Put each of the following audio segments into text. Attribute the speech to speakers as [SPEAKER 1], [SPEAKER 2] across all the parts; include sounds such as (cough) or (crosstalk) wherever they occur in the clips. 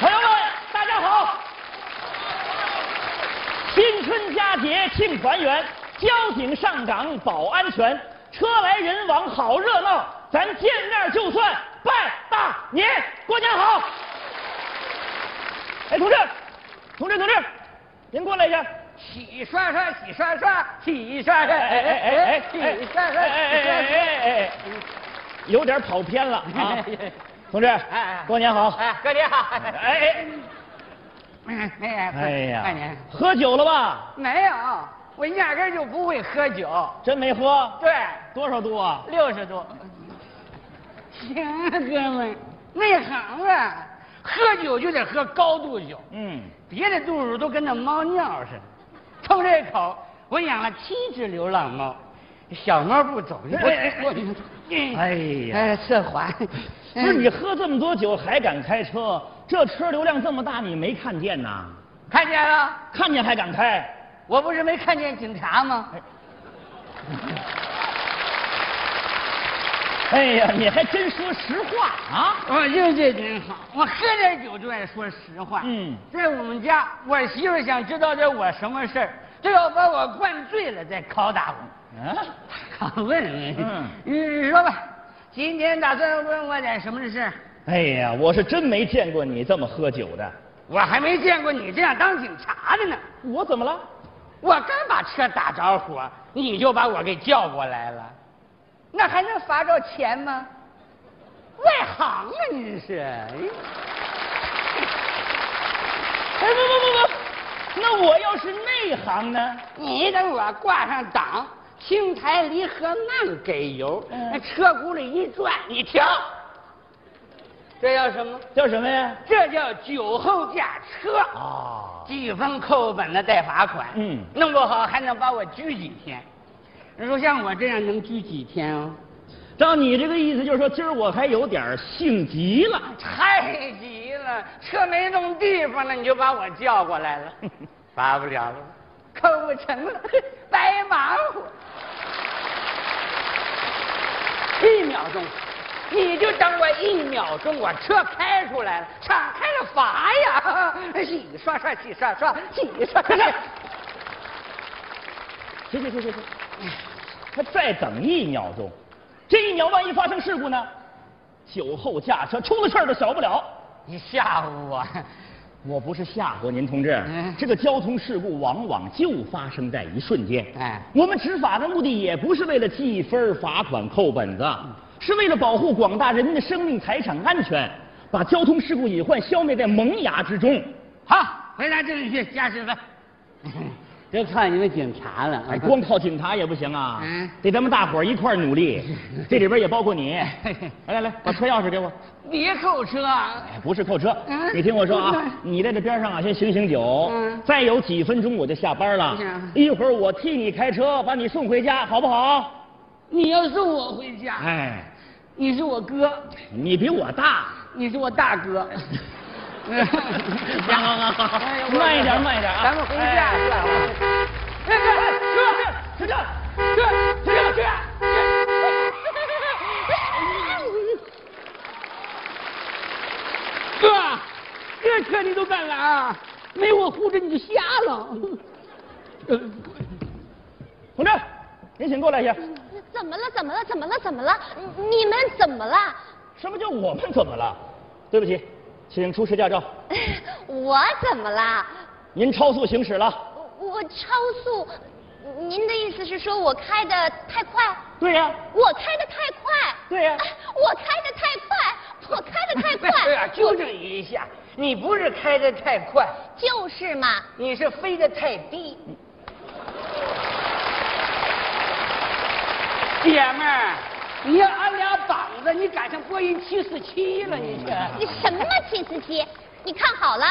[SPEAKER 1] 朋友们，大家好！新春佳节庆团圆，交警上岗保安全，车来人往好热闹，咱见面就算拜大年，过年好！哎，同志，同志，同志，您过来一下。
[SPEAKER 2] 洗刷刷，洗刷刷，洗刷
[SPEAKER 1] 哎
[SPEAKER 2] 刷，
[SPEAKER 1] 哎哎哎哎
[SPEAKER 2] 洗
[SPEAKER 1] 哎
[SPEAKER 2] 刷刷，洗刷
[SPEAKER 1] 哎
[SPEAKER 2] 刷。
[SPEAKER 1] 哎哎，有点跑偏了啊！同志
[SPEAKER 2] 哎，
[SPEAKER 1] 过年好！
[SPEAKER 2] 哎，过年好！
[SPEAKER 1] 哎哎，
[SPEAKER 2] 嗯，哎呀，
[SPEAKER 1] 哎呀
[SPEAKER 2] 过年，
[SPEAKER 1] 喝酒了吧？
[SPEAKER 2] 没有，我压根儿就不会喝酒。
[SPEAKER 1] 真没喝？
[SPEAKER 2] 对，
[SPEAKER 1] 多少度啊？
[SPEAKER 2] 六十多。行啊，哥们儿，内行啊，喝酒就得喝高度酒，
[SPEAKER 1] 嗯，
[SPEAKER 2] 别的度数都跟那猫尿似的。冲这口，我养了七只流浪猫，小猫不走，我
[SPEAKER 1] 哎哎
[SPEAKER 2] 我
[SPEAKER 1] 哎呀
[SPEAKER 2] 哎，策划，
[SPEAKER 1] (laughs) 不是你喝这么多酒还敢开车？这车流量这么大，你没看见呐？
[SPEAKER 2] 看见了？
[SPEAKER 1] 看见还敢开？
[SPEAKER 2] 我不是没看见警察吗？
[SPEAKER 1] 哎呀，你还真说实话啊！
[SPEAKER 2] 我运气真好，我喝点酒就爱说实话。
[SPEAKER 1] 嗯
[SPEAKER 2] 在我们家，我媳妇儿想知道点我什么事儿，就要把我灌醉了再拷打我。
[SPEAKER 1] 啊，
[SPEAKER 2] 拷问你，
[SPEAKER 1] 嗯
[SPEAKER 2] 嗯，说吧，今天打算问我点什么事儿？
[SPEAKER 1] 哎呀，我是真没见过你这么喝酒的。
[SPEAKER 2] 我还没见过你这样当警察的呢。
[SPEAKER 1] 我怎么了？
[SPEAKER 2] 我刚把车打着火，你就把我给叫过来了，那还能罚着钱吗？外行啊，你是。
[SPEAKER 1] 哎，不不不不，那我要是内行呢？
[SPEAKER 2] 你等我挂上档，青苔离合慢给油，
[SPEAKER 1] 嗯
[SPEAKER 2] 那车轱辘一转，你停。这叫什么？
[SPEAKER 1] 叫什么呀？
[SPEAKER 2] 这叫酒后驾车，
[SPEAKER 1] 啊，
[SPEAKER 2] 记分扣本的带罚款。
[SPEAKER 1] 嗯
[SPEAKER 2] 弄不好还能把我拘几天。你说像我这样能拘几天哦？
[SPEAKER 1] 照你这个意思，就是说今儿我还有点儿性急了。 (laughs)
[SPEAKER 2] 太急了，车没弄地方了，你就把我叫过来了，罚不了了，扣不成了，白忙活。一秒钟，你就等我一秒钟，我车开出来了，敞开了罚呀！洗刷刷，洗刷刷，洗刷刷。
[SPEAKER 1] 行行行行行，还再等一秒钟，这一秒万一发生事故呢？酒后驾车出了事儿都少不了。
[SPEAKER 2] 你吓唬我，
[SPEAKER 1] 我不是吓唬您，同志，
[SPEAKER 2] 嗯
[SPEAKER 1] 这个交通事故往往就发生在一瞬间。
[SPEAKER 2] 哎
[SPEAKER 1] 我们执法的目的也不是为了记分、罚款、扣本子，是为了保护广大人民的生命财产安全，把交通事故隐患消灭在萌芽之中。
[SPEAKER 2] 好，回答正确，加十分。就靠你们警察了啊
[SPEAKER 1] 哎，光靠警察也不行啊，
[SPEAKER 2] 嗯
[SPEAKER 1] 得咱们大伙儿一块儿努力。这里边也包括你。来来来，把车钥匙给我。
[SPEAKER 2] 别扣车啊！
[SPEAKER 1] 哎，不是扣车，
[SPEAKER 2] 嗯
[SPEAKER 1] 你听我说啊
[SPEAKER 2] 嗯，
[SPEAKER 1] 你在这边上啊，先醒醒酒。
[SPEAKER 2] 嗯
[SPEAKER 1] 再有几分钟我就下班了
[SPEAKER 2] 是啊，
[SPEAKER 1] 一会儿我替你开车把你送回家，好不好？
[SPEAKER 2] 你要送我回家，
[SPEAKER 1] 哎，
[SPEAKER 2] 你是我哥，
[SPEAKER 1] 你比我大。
[SPEAKER 2] 你是我大哥。
[SPEAKER 1] 行行行行
[SPEAKER 2] 哎呀
[SPEAKER 1] (laughs) 慢一点慢一点啊
[SPEAKER 2] 咱们回家
[SPEAKER 1] 哎
[SPEAKER 2] 去吧。哎哎，
[SPEAKER 1] 就这，
[SPEAKER 2] 哥，哥，哥，哥，哥。哥，这车你都敢来啊？没我护着你就瞎了。
[SPEAKER 1] 同志，您请过来一下。
[SPEAKER 3] 怎么了？怎么了？怎么了？怎么了？你你们怎么了？ (laughs)
[SPEAKER 1] 什么叫我们怎么了？对不起，请出示驾照。
[SPEAKER 3] 我怎么了？
[SPEAKER 1] 您超速行驶了。
[SPEAKER 3] 我我超速。您的意思是说我开的太快？
[SPEAKER 1] 对呀、
[SPEAKER 3] 我开的太快？
[SPEAKER 1] 对呀
[SPEAKER 3] 哎我开的太快，我开的
[SPEAKER 1] 哎
[SPEAKER 3] 太
[SPEAKER 1] (laughs)
[SPEAKER 2] 对啊，
[SPEAKER 3] 快，
[SPEAKER 2] 纠正一下，你不是开的太快，
[SPEAKER 3] 就是嘛。
[SPEAKER 2] 你是飞得太低。姐们儿，你要按俩膀子，你赶上波音七四七了，你
[SPEAKER 3] 你
[SPEAKER 2] 这。
[SPEAKER 3] 什么七四七？你看好了，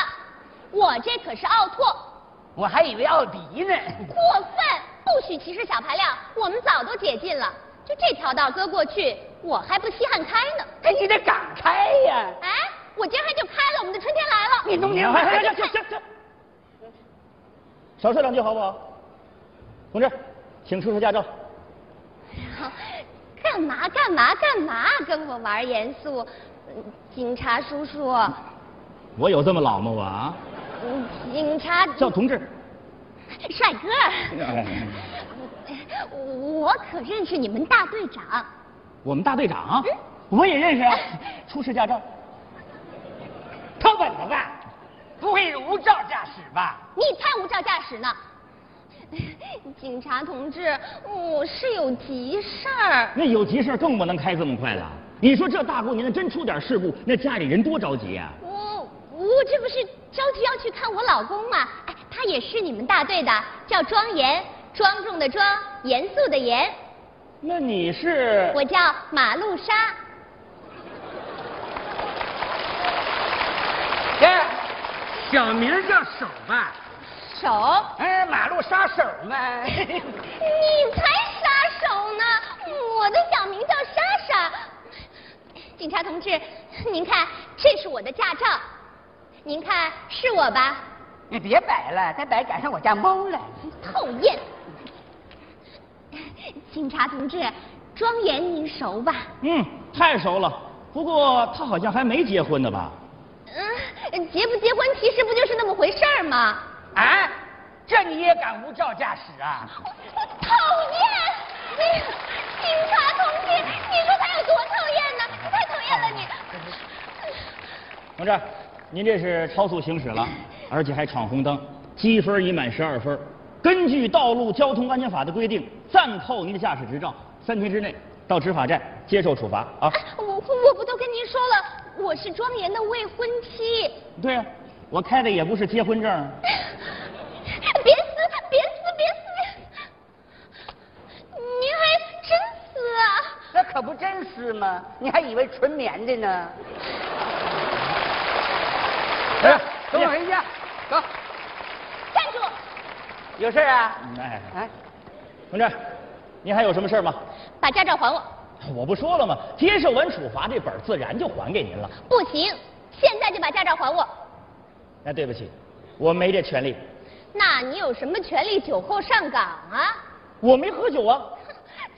[SPEAKER 3] 我这可是奥拓，
[SPEAKER 2] 我还以为奥迪呢。
[SPEAKER 3] 过分，不许歧视小排量。我们早都解禁了，就这条道搁过去，我还不稀罕开呢。
[SPEAKER 2] (laughs) 哎，你得敢开呀！
[SPEAKER 3] 哎，我今儿还就开了，我们的春天来了。
[SPEAKER 2] 你弄
[SPEAKER 1] 行
[SPEAKER 2] 明
[SPEAKER 1] 行
[SPEAKER 2] 白
[SPEAKER 1] 行行行，少说两句好不好？同志，请出示驾照。
[SPEAKER 3] 好干嘛干嘛干嘛跟我玩严肃？嗯警察叔叔，
[SPEAKER 1] 我有这么老吗？我啊，
[SPEAKER 3] 嗯警察
[SPEAKER 1] 叫同志。
[SPEAKER 3] 帅哥哎
[SPEAKER 1] 哎，
[SPEAKER 3] 我可认识你们大队长。
[SPEAKER 1] 我们大队长，啊
[SPEAKER 2] 嗯
[SPEAKER 1] 我也认识啊。出示驾照，
[SPEAKER 2] 他稳了吧？不会是无照驾驶吧？
[SPEAKER 3] 你才无照驾驶呢！警察同志，我是有急事儿。
[SPEAKER 1] 那有急事更不能开这么快了。你说这大过年的，真出点事故，那家里人多着急啊！
[SPEAKER 3] 我我这不是着急要去看我老公吗？哎，他也是你们大队的，叫庄严，庄重的庄，严肃的严。
[SPEAKER 1] 那你是
[SPEAKER 3] 我叫马路杀。
[SPEAKER 2] 哎，小名叫手吧？
[SPEAKER 3] 手？
[SPEAKER 2] 哎，马路杀手嘛。 (laughs)
[SPEAKER 3] 你才杀手呢！我的小名叫莎莎。警察同志，您看，这是我的驾照，您看是我吧？
[SPEAKER 2] 你别摆了，再摆赶上我家猫了。
[SPEAKER 3] 讨厌！警察同志，庄严您熟吧？
[SPEAKER 1] 嗯，太熟了。不过他好像还没结婚呢吧？
[SPEAKER 3] 嗯，结不结婚其实不就是那么回事儿吗？
[SPEAKER 2] 啊，这你也敢无照驾驶啊？
[SPEAKER 3] 我我讨厌！哎呀，警察同志，你说他有多讨厌呢？太讨厌了你！
[SPEAKER 1] 同志，您这是超速行驶了，而且还闯红灯，积分已满十二分。根据《道路交通安全法》的规定，暂扣您的驾驶执照，三天之内到执法站接受处罚啊！
[SPEAKER 3] 哎我我不都跟您说了，我是庄严的未婚妻。
[SPEAKER 1] 对呀、我开的也不是结婚证啊。
[SPEAKER 3] 别撕，别撕，别撕！您还真撕啊？
[SPEAKER 2] 那可不真是吗？你还以为纯棉的呢？
[SPEAKER 1] 哎
[SPEAKER 2] 跟我回家，走。
[SPEAKER 3] 站住！
[SPEAKER 2] 有事啊？
[SPEAKER 1] 哎，
[SPEAKER 2] 哎，
[SPEAKER 1] 同志，您还有什么事儿吗？
[SPEAKER 3] 把驾照还我！
[SPEAKER 1] 我不说了吗？接受完处罚，这本儿自然就还给您了。
[SPEAKER 3] 不行，现在就把驾照还我。
[SPEAKER 1] 那哎对不起，我没这权利，
[SPEAKER 3] 那你有什么权利酒后上岗啊？
[SPEAKER 1] 我没喝酒啊。 (laughs)
[SPEAKER 3] 哼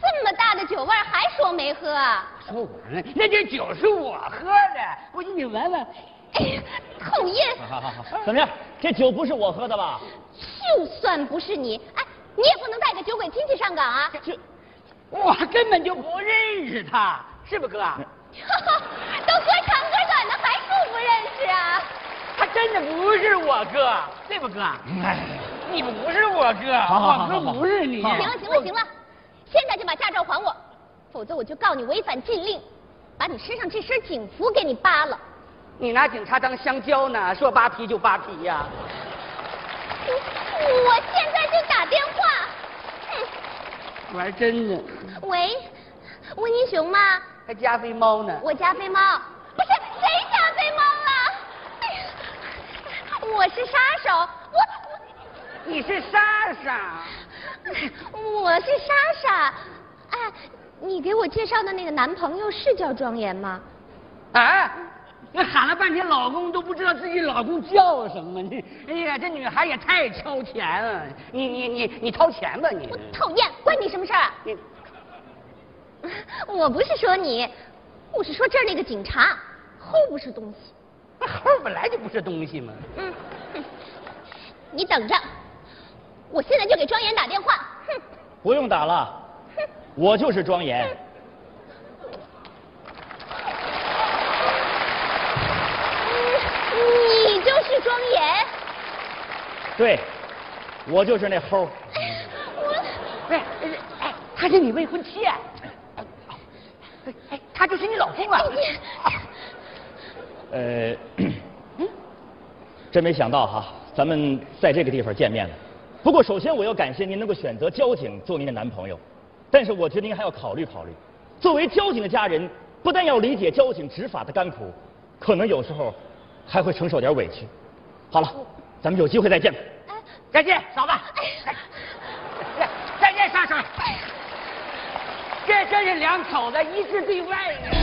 [SPEAKER 3] 这么大的酒味儿还说没喝啊？
[SPEAKER 2] 说我呢？那这酒是我喝的，我你闻闻。
[SPEAKER 3] 哎呀，讨厌！
[SPEAKER 1] 好好好，怎么样？这酒不是我喝的吧？
[SPEAKER 3] 就算不是你，哎，你也不能带着酒鬼亲戚上岗啊！
[SPEAKER 1] 这
[SPEAKER 2] 我根本就不认识他，是不是哥？
[SPEAKER 3] (laughs) 都说长歌短的，还是不认识啊？
[SPEAKER 2] 他真的不是我哥，对不哥？
[SPEAKER 1] 哎，
[SPEAKER 2] 你不是我哥，
[SPEAKER 1] 好好好好
[SPEAKER 2] 我哥不是你。
[SPEAKER 1] 好哦
[SPEAKER 3] 行了行了行了，现在就把驾照还我，否则我就告你违反禁令，把你身上这身警服给你扒了。
[SPEAKER 2] 你拿警察当香蕉呢，说扒皮就扒皮呀、
[SPEAKER 3] 我我现在就打电话。
[SPEAKER 2] 玩真的，
[SPEAKER 3] 哼喂，温英雄吗？
[SPEAKER 2] 还加菲猫呢。
[SPEAKER 3] 我家飞猫，不是谁家飞猫了？哎呀我是杀手，我
[SPEAKER 2] 你是莎莎，
[SPEAKER 3] 我我是莎莎。哎，你给我介绍的那个男朋友是叫庄严吗？
[SPEAKER 2] 啊？那喊了半天老公都不知道自己老公叫什么呢。哎呀，这女孩也太超前了。你你你你掏钱吧你
[SPEAKER 3] 我。讨厌，关你什么事儿啊？
[SPEAKER 2] 你
[SPEAKER 3] 我不是说你，我是说这儿那个警察，齁不是东西。
[SPEAKER 2] 那猴儿本来就不是东西嘛。
[SPEAKER 3] 嗯，哼你等着，我现在就给庄严打电话。哼，
[SPEAKER 1] 不用打了，我就是庄严。
[SPEAKER 3] 你你就是庄严。
[SPEAKER 1] 对，我就是那猴儿。
[SPEAKER 3] 哎我
[SPEAKER 2] 哎哎哎，他是你未婚妻啊。哎哎哎，他就是你老公啊。
[SPEAKER 3] 哎
[SPEAKER 1] 呃， (clears throat) 真没想到哈，咱们在这个地方见面了。不过，首先我要感谢您能够选择交警做您的男朋友，但是我觉得您还要考虑考虑。作为交警的家人，不但要理解交警执法的甘苦，可能有时候还会承受点委屈。好了，咱们有机会再见吧。
[SPEAKER 3] 哎
[SPEAKER 2] 再见，嫂子。哎再见，莎莎。这真是两口子一致对外呀。